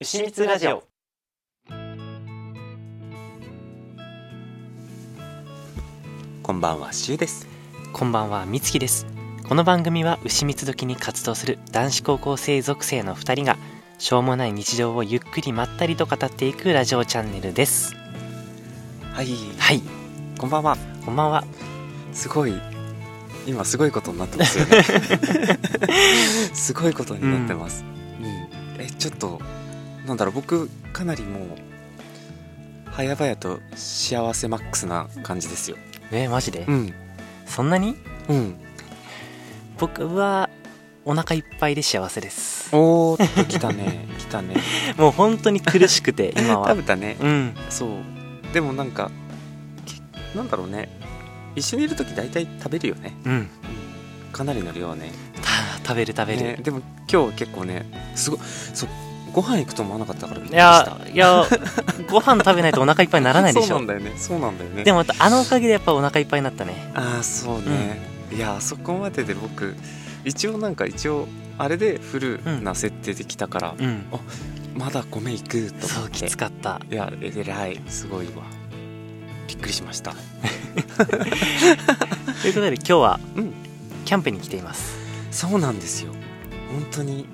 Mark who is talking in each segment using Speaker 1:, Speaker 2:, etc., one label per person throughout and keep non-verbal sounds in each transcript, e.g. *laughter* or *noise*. Speaker 1: 牛光ラジオ
Speaker 2: こんばんは、しゅうです。
Speaker 3: こんばんは、みつきです。この番組は牛三つ時に活動する男子高校生属性の2人がしょうもない日常をゆっくりまったりと語っていくラジオチャンネルです。
Speaker 2: はい、
Speaker 3: はい、
Speaker 2: こんばんは。
Speaker 3: こんばんは。
Speaker 2: すごい。今すごいことになってますよ *laughs* ね。すごいことになってます。うん、え、ちょっと。なんだろう、僕、かなりもう。早々と幸せマックスな感じですよ。
Speaker 3: えー、マジで、
Speaker 2: うん。
Speaker 3: そんなに
Speaker 2: うん。
Speaker 3: 僕はお腹いっぱいで幸せです。
Speaker 2: おーっと、来たね。来たね。
Speaker 3: もう本当に苦しく *laughs* て、今
Speaker 2: *laughs* 食
Speaker 3: は
Speaker 2: べ。たね。
Speaker 3: うん。
Speaker 2: そう。でも、なんか。けなんだろうね。一緒にいる時、大体食べるよね。
Speaker 3: うん。
Speaker 2: かなりの量はね。
Speaker 3: た食べる食べる。
Speaker 2: ね、でも今日結構ねすごいそうご飯行くと思わなかったからびっくり
Speaker 3: い
Speaker 2: し
Speaker 3: や
Speaker 2: た、
Speaker 3: い *laughs* や、ご飯食べないとお腹いっぱいにならないでし
Speaker 2: そうな
Speaker 3: ょ
Speaker 2: ん。だよねそうなんだよね
Speaker 3: でもまたあのおかげでやっぱお腹いっぱいになったね。
Speaker 2: ああそうね、いやーそこまでで僕一応なんか一応あれでフルな設定で来たから、
Speaker 3: うん。
Speaker 2: まだ米行くと
Speaker 3: そ
Speaker 2: 思っ
Speaker 3: う、
Speaker 2: て
Speaker 3: きつかった。
Speaker 2: いやえらいすごいわびっくりしました
Speaker 3: ということで今日は
Speaker 2: うん
Speaker 3: キャンプに来ています
Speaker 2: そうなんですよ本当に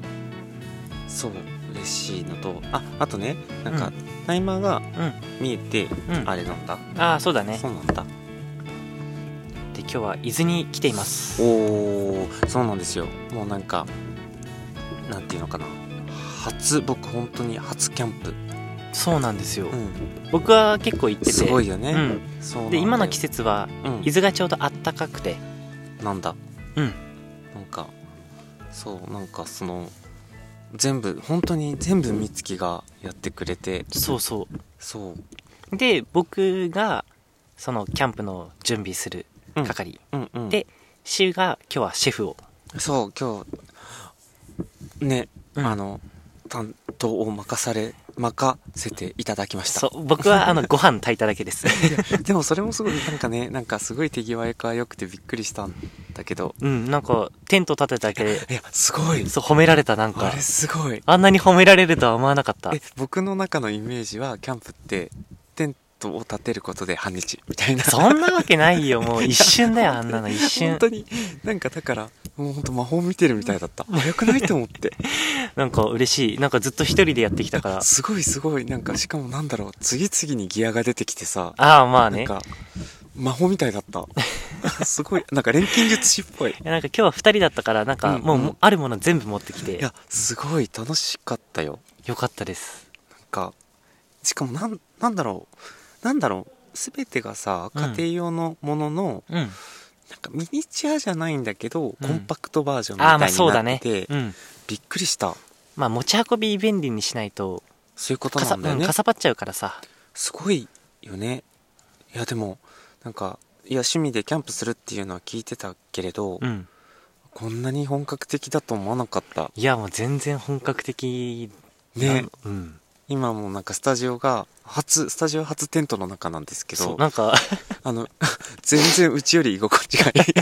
Speaker 2: そう嬉しいのとああとねなん
Speaker 3: う
Speaker 2: か
Speaker 3: ん
Speaker 2: タイマーが
Speaker 3: うん
Speaker 2: 見えて、
Speaker 3: うん
Speaker 2: あれなんだ、
Speaker 3: ああそうだね
Speaker 2: そうなんだ
Speaker 3: で今日は伊豆に来ています
Speaker 2: おおそうなんですよもうなんかなんていうのかな初僕本当に初キャンプ、
Speaker 3: そうなんですよ、
Speaker 2: ん、
Speaker 3: 僕は結構行ってて
Speaker 2: すごいよね、
Speaker 3: うん
Speaker 2: そうなんだ
Speaker 3: で
Speaker 2: よ
Speaker 3: 今の季、節は
Speaker 2: うん
Speaker 3: 伊豆がちょうどあったかくて
Speaker 2: なんだ
Speaker 3: うん
Speaker 2: なんかそうなんかその全部本当に全部美月がやってくれて
Speaker 3: そうそ
Speaker 2: そう
Speaker 3: うで僕がそのキャンプの準備する係、
Speaker 2: うんうん
Speaker 3: でシウが今日はシェフを
Speaker 2: そう今日ね、
Speaker 3: うん
Speaker 2: あの担当を任され任せていただきました
Speaker 3: そう僕はあ *laughs* のご飯炊いただけです
Speaker 2: でもそれもすごいなんかねなんかすごい手際が良くてびっくりしたんだけど
Speaker 3: うんなんかテント立てただけ *laughs* で
Speaker 2: いやすごい
Speaker 3: そう褒められたなん
Speaker 2: あ
Speaker 3: か
Speaker 2: れすごい
Speaker 3: あんなに褒められるとは思わなかった
Speaker 2: え僕の中のイメージはキャンプってテントを立てることで半日みたいな
Speaker 3: そんなわけ *laughs* ないよもう一瞬だよあんなの一瞬
Speaker 2: 本当になんかだからもう本当魔法見てるみたいだった早くないと思って
Speaker 3: なんか嬉しい。なんかずっと一人でやってきたから。
Speaker 2: *laughs* すごいすごいなんかしかもなんだろう次々にギアが出てきてさ
Speaker 3: ああ、ま
Speaker 2: な
Speaker 3: あ
Speaker 2: ん
Speaker 3: ね。
Speaker 2: か魔法みたいだった
Speaker 3: *laughs*
Speaker 2: すごいなんか錬金術師っぽい
Speaker 3: いやなんか今日は二人だったから、なんかもう、
Speaker 2: うんうん
Speaker 3: あるもの全部持ってきて
Speaker 2: い、やすごい楽しかったよ
Speaker 3: よかったです。
Speaker 2: なんかしかもなんなんだろうなんだろう全てがさ
Speaker 3: うん
Speaker 2: 家庭用のものの、
Speaker 3: うん。
Speaker 2: なんかミニチュアじゃないんだけど、
Speaker 3: う
Speaker 2: コ
Speaker 3: ん
Speaker 2: ンパクトバージョンみ
Speaker 3: ああ、
Speaker 2: た
Speaker 3: まあ
Speaker 2: い
Speaker 3: そうだ
Speaker 2: になっ
Speaker 3: ね
Speaker 2: て。て、
Speaker 3: うん。
Speaker 2: びっくりした
Speaker 3: まあ持ち運び便利にしないと、
Speaker 2: そういうこと
Speaker 3: か
Speaker 2: な
Speaker 3: さ,、
Speaker 2: んだよね
Speaker 3: かさばっちゃうからさ。
Speaker 2: すごいよねいやでもなんかいや趣味でキャンプするっていうのは聞いてたけれど、
Speaker 3: うん。
Speaker 2: こんなに本格的だと思わなかった
Speaker 3: いや、もう全然本格的な
Speaker 2: ね
Speaker 3: うん。
Speaker 2: 今もうなんかスタジオが初スタジオ初テントの中なんですけ
Speaker 3: そ
Speaker 2: ど
Speaker 3: う、なん
Speaker 2: *laughs*
Speaker 3: か、
Speaker 2: あの全然うちより居心地がいい *laughs*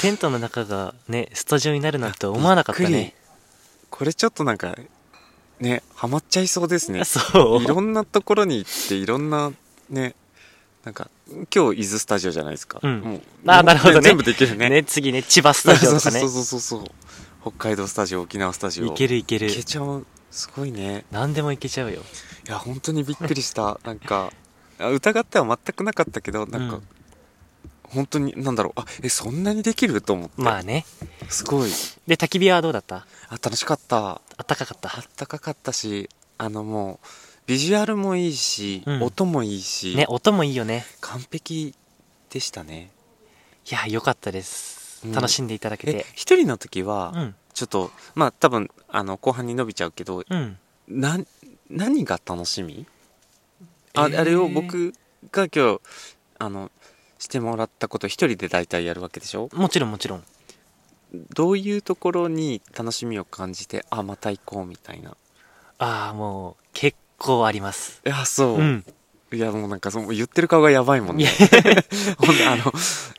Speaker 3: テントの中がね、スタジオになるなんて思わなかった
Speaker 2: びっく
Speaker 3: ね
Speaker 2: り。これちょっとなんかねハマっちゃいそうですね
Speaker 3: *laughs* そう。
Speaker 2: いろんなところに行っていろんなねなんか今日伊豆スタジオじゃないですか、
Speaker 3: うん
Speaker 2: もう
Speaker 3: あーなるほどね
Speaker 2: 全部できるね
Speaker 3: ね、次ね、千葉スタジオとかね
Speaker 2: *laughs* そう。そうそうそうそう北海道スタジオ沖縄スタジオ
Speaker 3: いけるいける
Speaker 2: い。けちゃうすごいね
Speaker 3: 何でもいけちゃうよ。
Speaker 2: いや本当にびっくりしたなんかあ疑っては全くなかったけどなんか、
Speaker 3: うん
Speaker 2: 本当になんだろうあえそんなにできると思って、
Speaker 3: まあね。
Speaker 2: すごい
Speaker 3: で、焚き火はどうだった
Speaker 2: あ楽しかった
Speaker 3: あったかかった
Speaker 2: あ。ったかかったしあのもうビジュアルもいいし、
Speaker 3: うん
Speaker 2: 音もいいし、
Speaker 3: ね、音もいいよね。
Speaker 2: 完璧でしたね
Speaker 3: いや、良かったです
Speaker 2: うん。
Speaker 3: 楽しんでいただけ
Speaker 2: え
Speaker 3: て。
Speaker 2: 一人の時
Speaker 3: う
Speaker 2: は
Speaker 3: ん。
Speaker 2: ちょっと、まあ多分あの後半に伸びちゃうけど
Speaker 3: うん。
Speaker 2: な何が楽しみあ,、
Speaker 3: えー
Speaker 2: あれを僕が今日あのしてもらったこと一人で大体やるわけでしょ
Speaker 3: もちろんもちろん。
Speaker 2: どういうところに楽しみを感じてあまた行こうみたいな
Speaker 3: ああ、もう、結構あります。
Speaker 2: いやそう
Speaker 3: う、ん。
Speaker 2: いいやもうなんかその言ってる顔がやばいもんねほんであの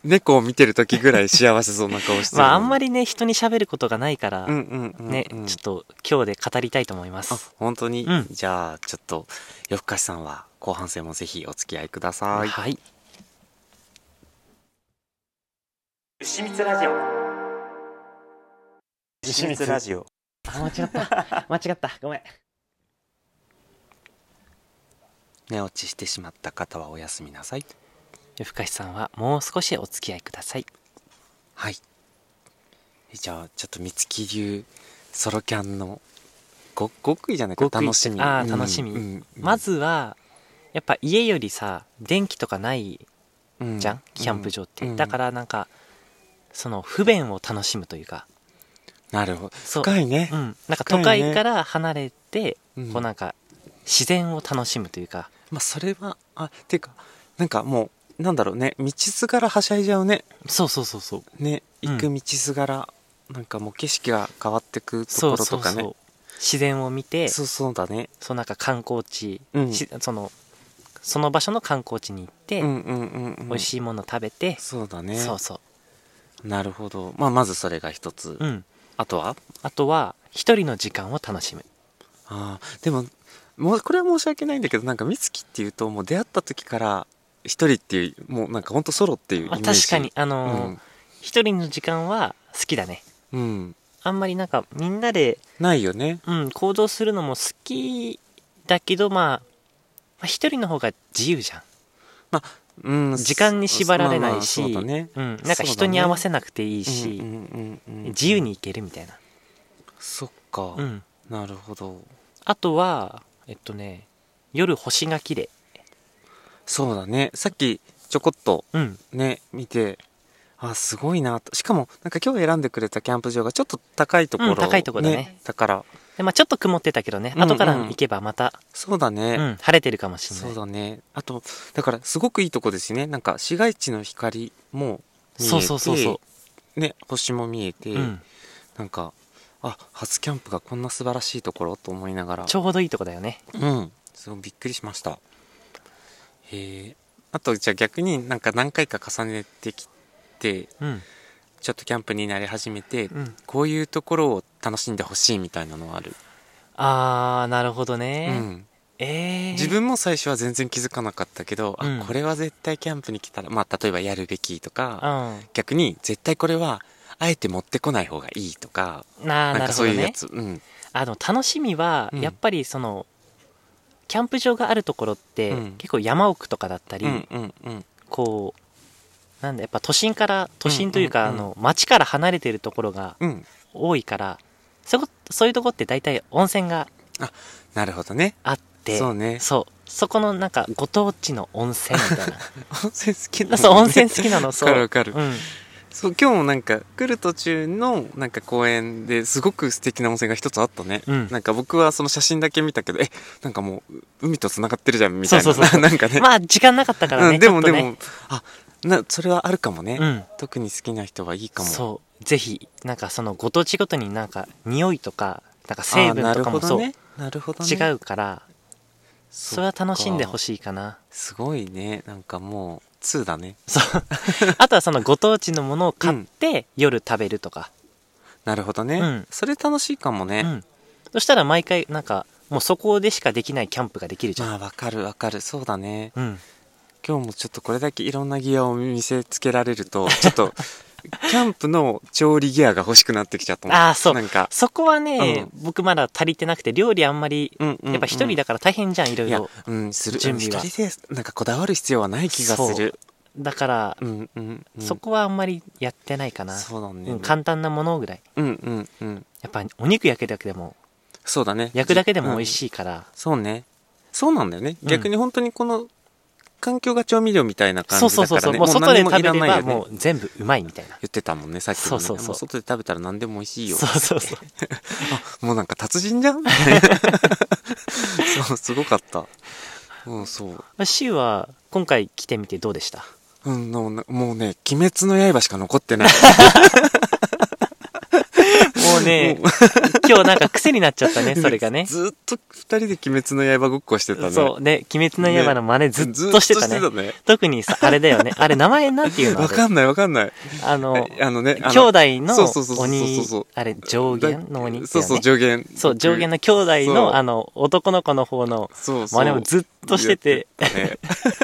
Speaker 2: 猫を見てる時ぐらい幸せそうな顔してる
Speaker 3: まああんま
Speaker 2: り
Speaker 3: りね人に喋ることがないから、
Speaker 2: うんうんうん、うん、
Speaker 3: ね、ちょっと今日で語りたいと思いま
Speaker 2: あ
Speaker 3: す
Speaker 2: 本当に、
Speaker 3: うん
Speaker 2: じゃあちょっと夜更かしさんは後半戦もぜひお付き合いくださ
Speaker 3: はい
Speaker 2: い、
Speaker 3: 牛蜜ラジオ
Speaker 2: 牛蜜ラジオ
Speaker 3: あ間違った *laughs* 間違ったごめん
Speaker 2: 寝落ちしてしまった方はおやすみなさい
Speaker 3: 夜更かしさんはもう少しお付き合いください
Speaker 2: はいじゃあちょっと三月流ソロキャンのご極意じゃないか
Speaker 3: 極意
Speaker 2: 楽しみ
Speaker 3: あー楽しみま、ずはやっぱ家よりさ電気とかない
Speaker 2: うん
Speaker 3: じゃん、キャンプ場って、
Speaker 2: うん
Speaker 3: だからなんかその不便を楽しむというか
Speaker 2: なるほど
Speaker 3: そう
Speaker 2: 深いね
Speaker 3: うん、なんか
Speaker 2: 深い
Speaker 3: 都
Speaker 2: ね
Speaker 3: 会から離れて、
Speaker 2: うん
Speaker 3: こうなんか自然を楽しむというか
Speaker 2: まあそれはあっていうかなんかもうなんだろうね道すがらはしゃいじゃうね
Speaker 3: そうそうそうそう
Speaker 2: ね
Speaker 3: うん
Speaker 2: 行く道すがら、なんかもう景色が変わってくと
Speaker 3: そ
Speaker 2: こ
Speaker 3: う
Speaker 2: ろ
Speaker 3: そ
Speaker 2: と
Speaker 3: う
Speaker 2: か
Speaker 3: そ
Speaker 2: ね
Speaker 3: う自然を見て
Speaker 2: そうそうだね
Speaker 3: そうなんか観光地、
Speaker 2: うん
Speaker 3: しそのその場所の観光地に行って、
Speaker 2: うんうんうん、うん、
Speaker 3: 美味しいもの食べて、
Speaker 2: そうだね
Speaker 3: そうそ
Speaker 2: なるほど、まあ、まずそれが一つ、
Speaker 3: ううん
Speaker 2: あとは
Speaker 3: あとは一人の時間を楽しむ
Speaker 2: あーでももうこれは申し訳ないんだけどなんか美月っていうともう出会った時から一人っていうもうなんかほんとソロっていうイメ
Speaker 3: まあ
Speaker 2: ージ
Speaker 3: 確かにあ
Speaker 2: う
Speaker 3: のー
Speaker 2: ん、
Speaker 3: 一人の時間は好きだね
Speaker 2: うん、
Speaker 3: あんまりなんかみんなで、
Speaker 2: ないよね
Speaker 3: うん、行動するのも好きだけどまあまあ一人の方が自由じゃん
Speaker 2: うん
Speaker 3: 時間に縛られないし、
Speaker 2: まあまあそうだね
Speaker 3: うん、なんか人に合わせなくていいし、
Speaker 2: うんうんうんうん
Speaker 3: 自由に行けるみたいな、
Speaker 2: そっか、
Speaker 3: うん、
Speaker 2: なるほど
Speaker 3: あとはえっとね夜星が綺麗
Speaker 2: そうだねさっきちょこっと
Speaker 3: うん
Speaker 2: ね見てあすごいなとしかもなんか今日選んでくれたキャンプ場がちょっと高いところ、
Speaker 3: うん高いとこだね
Speaker 2: だから
Speaker 3: で、まあ、ちょっと曇ってたけどね、
Speaker 2: うんうん
Speaker 3: 後から行けばまた、
Speaker 2: そうだね、
Speaker 3: うん、晴れてるかもしれな
Speaker 2: そ
Speaker 3: いう
Speaker 2: だねあとだからすごくいいとこですねなんか市街地の光も見えて
Speaker 3: そうそうそうそ
Speaker 2: ね、星も見えて、
Speaker 3: う、うん、
Speaker 2: なんかあ初キャンプがこんな素晴らしいところと思いながら
Speaker 3: ちょうどいいとこだよね
Speaker 2: うんすごいびっくりしましたへえあとじゃあ逆になんか何回か重ねてきて
Speaker 3: うん
Speaker 2: ちょっとキャンプになり始めて、
Speaker 3: うん
Speaker 2: こういうところを楽しんでほしいみたいなのはある、
Speaker 3: あーなるほど
Speaker 2: う
Speaker 3: ね、
Speaker 2: ん、
Speaker 3: ええー、
Speaker 2: 自分も最初は全然気づかなかったけど、
Speaker 3: うん
Speaker 2: あこれは絶対キャンプに来たら、まあ、例えばやるべきとか
Speaker 3: う
Speaker 2: 逆に絶対これはあえて持ってこない方がいいとか
Speaker 3: んなあ
Speaker 2: なんか
Speaker 3: なるほ
Speaker 2: そ
Speaker 3: ど
Speaker 2: ういうや
Speaker 3: ね
Speaker 2: つ、うん
Speaker 3: あの楽しみは
Speaker 2: うん
Speaker 3: やっぱりその、キャンプ場があるところって、
Speaker 2: うん
Speaker 3: 結構山奥とかだったり、
Speaker 2: うんうんうん
Speaker 3: こうなんだやっぱ都心から都心という
Speaker 2: う
Speaker 3: か、
Speaker 2: んうんうん
Speaker 3: あの町から離れてるところが
Speaker 2: うん
Speaker 3: 多いからそこそういうとこって大体温泉が
Speaker 2: なるほどね
Speaker 3: あって
Speaker 2: そうね
Speaker 3: そうそこのなんかご当地の温泉みたい
Speaker 2: 温泉好きなの *laughs*
Speaker 3: な
Speaker 2: ね
Speaker 3: そう温泉好きなのそう
Speaker 2: わかるわかる
Speaker 3: うん、
Speaker 2: そう今日もなんか来る途中のなんか公園ですごく素敵な温泉が一つあったね、
Speaker 3: うん
Speaker 2: なんか僕はその写真だけ見たけどえなんかもうう海とつながってるじゃんみたいな
Speaker 3: そうそう
Speaker 2: *laughs*
Speaker 3: そう
Speaker 2: なんかね,、
Speaker 3: まあ時間なかったからね、
Speaker 2: うん、でも
Speaker 3: ちょ
Speaker 2: で
Speaker 3: っ
Speaker 2: も、
Speaker 3: とね
Speaker 2: あなそれはあるかもね、
Speaker 3: うん
Speaker 2: 特に好きな人はいいかも
Speaker 3: そうぜひなんかそのご当地ごとになんか匂いとかなんか
Speaker 2: あ
Speaker 3: 成分とかもそ
Speaker 2: なるほど
Speaker 3: う、
Speaker 2: ねなるほどね
Speaker 3: 違うから
Speaker 2: そ
Speaker 3: それは楽しんでほ
Speaker 2: しい
Speaker 3: しいかな
Speaker 2: すごいねなんかもう2だね
Speaker 3: そう *laughs* あとはそのご当地のものを買って夜食べるとか、
Speaker 2: なるほどね、
Speaker 3: うん
Speaker 2: それ楽しいかもね、
Speaker 3: うんそしたら毎回なんかもうそこでしかできないキャンプができるじゃん、
Speaker 2: まあわかるわかるそうだね
Speaker 3: うん
Speaker 2: 今日もちょっとこれだけいろんなギアを見せつけられるとちょっ
Speaker 3: *laughs*
Speaker 2: とキャンプの調理ギアが欲しくなってきちゃったもん
Speaker 3: ああそう
Speaker 2: なんか、
Speaker 3: そこはね、僕まだ足りてなくて料理あんまり、
Speaker 2: うんうんうん
Speaker 3: やっぱ一人だから大変じゃんいろ
Speaker 2: い
Speaker 3: い
Speaker 2: や
Speaker 3: ろ
Speaker 2: うんする
Speaker 3: 準備は
Speaker 2: うん一人でなんかこだわる必要はない気がする
Speaker 3: だから、
Speaker 2: うんうんうん
Speaker 3: そこはあんまりやってないかな
Speaker 2: そうだね
Speaker 3: うん簡単なものぐらい
Speaker 2: うんうんうん
Speaker 3: やっぱお肉焼けるだけでも
Speaker 2: そうだね
Speaker 3: 焼くだけでも美味
Speaker 2: い、うん
Speaker 3: しいから、
Speaker 2: そうねそうなんだよね
Speaker 3: うん
Speaker 2: 逆に本当にこの環境が調味料みたいな感じ
Speaker 3: そう
Speaker 2: だ
Speaker 3: そ
Speaker 2: から、
Speaker 3: う
Speaker 2: ね、
Speaker 3: そうそうもう
Speaker 2: 何
Speaker 3: 外で
Speaker 2: も
Speaker 3: 食べれ
Speaker 2: いらない
Speaker 3: ば
Speaker 2: よね
Speaker 3: もう全部うまいみたいな
Speaker 2: 言ってたもんねさっきも、ね、
Speaker 3: そうそうそう
Speaker 2: も外で食べたら何でも美味しいよ
Speaker 3: そうそうそう
Speaker 2: もうなんか達人
Speaker 3: *laughs*
Speaker 2: じゃんそう、すごかった。うん、そう。
Speaker 3: まあシーは今回来てみてどうでした
Speaker 2: うん、のもうね、鬼滅の刃しか残ってない。
Speaker 3: もうね今日なんか癖になっちゃっ
Speaker 2: *laughs*
Speaker 3: たね、 *laughs* それがね。
Speaker 2: ずっと二人で鬼滅の刃ごっこしてたね。
Speaker 3: そう。で、鬼滅の刃の真似ずっとしてたね
Speaker 2: ずっ。として
Speaker 3: 特にさ、あれだよね。あれ、名前なんていう
Speaker 2: た
Speaker 3: の
Speaker 2: ね。わかんないわかんない。
Speaker 3: あれあの、
Speaker 2: えあのね、あの
Speaker 3: 兄弟の
Speaker 2: そうそうそうそうそう
Speaker 3: 鬼
Speaker 2: そう、
Speaker 3: あれ、上限の鬼だよね。
Speaker 2: そうそう、上限。
Speaker 3: そう、上限の兄弟
Speaker 2: そう
Speaker 3: の、あの、男の子の方の
Speaker 2: そうそう。
Speaker 3: 真似をずっとしてて、
Speaker 2: やってたね。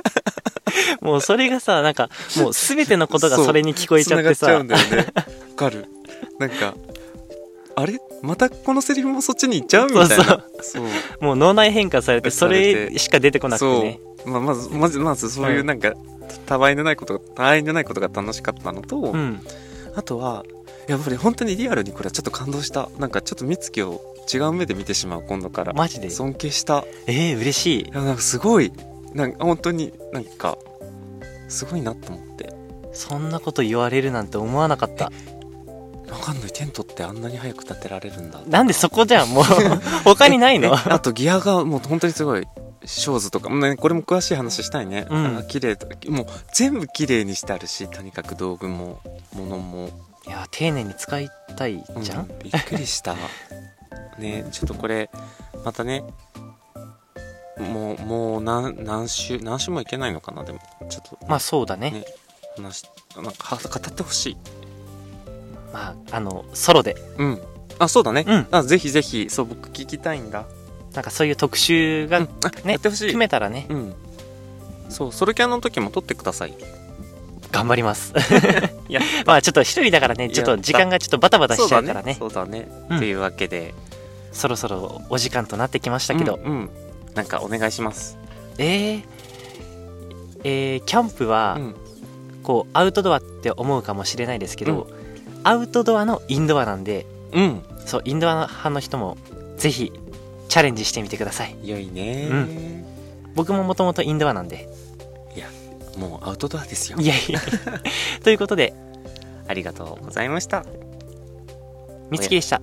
Speaker 3: もうそれがさ、なんか、もうすべてのことが
Speaker 2: そう
Speaker 3: それに聞 *laughs* こえちゃっ
Speaker 2: 繋が
Speaker 3: てさ
Speaker 2: っ、ちゃうんだよね。わかる。なんか、あれまたこのセリフもそっちに行っちゃうみたいな。そう
Speaker 3: もう脳内変化されて、それしか出てこなくてね。
Speaker 2: そう。まあ、まず、まず、まずそういう
Speaker 3: うん
Speaker 2: なんか、たわいのないことが、たわいのないことが楽しかったのと、
Speaker 3: うん。
Speaker 2: あとは、やっぱり本当にリアルにこれはちょっと感動した。なんかちょっと美月を違う目で見てしまう今度から。
Speaker 3: マジで
Speaker 2: 尊敬した。
Speaker 3: ええ、嬉しい
Speaker 2: い。や、なんかすごい、なんか本当になんか、すごいなと思って。
Speaker 3: そんなこと言われるなんて思わなかった。
Speaker 2: わかんない。テントってあんなに早く建てられるんだ。
Speaker 3: なんでそこじゃん、
Speaker 2: *laughs*
Speaker 3: もう。他にないの
Speaker 2: えあとギアがもう本当にすごいショーズとかもうねこれも詳しい話したいね、
Speaker 3: うん
Speaker 2: あ綺麗ともう全部綺麗にしてあるしとにかく道具も物も、
Speaker 3: いや、丁寧に使いたい
Speaker 2: うん
Speaker 3: じゃん
Speaker 2: びっくりしたねちょっとこれまたねもうもう何何週何週もいけないのかなでもちょっと
Speaker 3: まあそうだね
Speaker 2: ね。話しなんかは語ってほしい
Speaker 3: まあ、あの、ソロで。
Speaker 2: うんあそうだね、
Speaker 3: うん
Speaker 2: あぜひぜひそう僕聞きたいんだ、
Speaker 3: なんかそういう特集
Speaker 2: う
Speaker 3: が
Speaker 2: んあ
Speaker 3: ね
Speaker 2: やってほしい
Speaker 3: 組めたらね、
Speaker 2: うんそうソロキャンの時も撮ってください
Speaker 3: 頑張ります。
Speaker 2: *laughs* いや
Speaker 3: *laughs* まあちょっと一人だからね、ちょっと時間がちょっとバタバタしちゃうからね、
Speaker 2: そうだね。
Speaker 3: うん
Speaker 2: というわけで、
Speaker 3: そろそろお時間となってきましたけど、
Speaker 2: うん、うんなんかお願いします。
Speaker 3: えー、えーキャンプは、
Speaker 2: うん
Speaker 3: こう、アウトドアって思うかもしれないですけど、アウトドアのインドアなんで、
Speaker 2: うん、
Speaker 3: そう、インドア派の人も、ぜひ、チャレンジしてみてください。
Speaker 2: 良いね、
Speaker 3: う僕ももともとインドアなんで。
Speaker 2: もうアウトドアですよ
Speaker 3: い。やいや。ということで、
Speaker 2: ありがとうございました。
Speaker 3: みつきでした。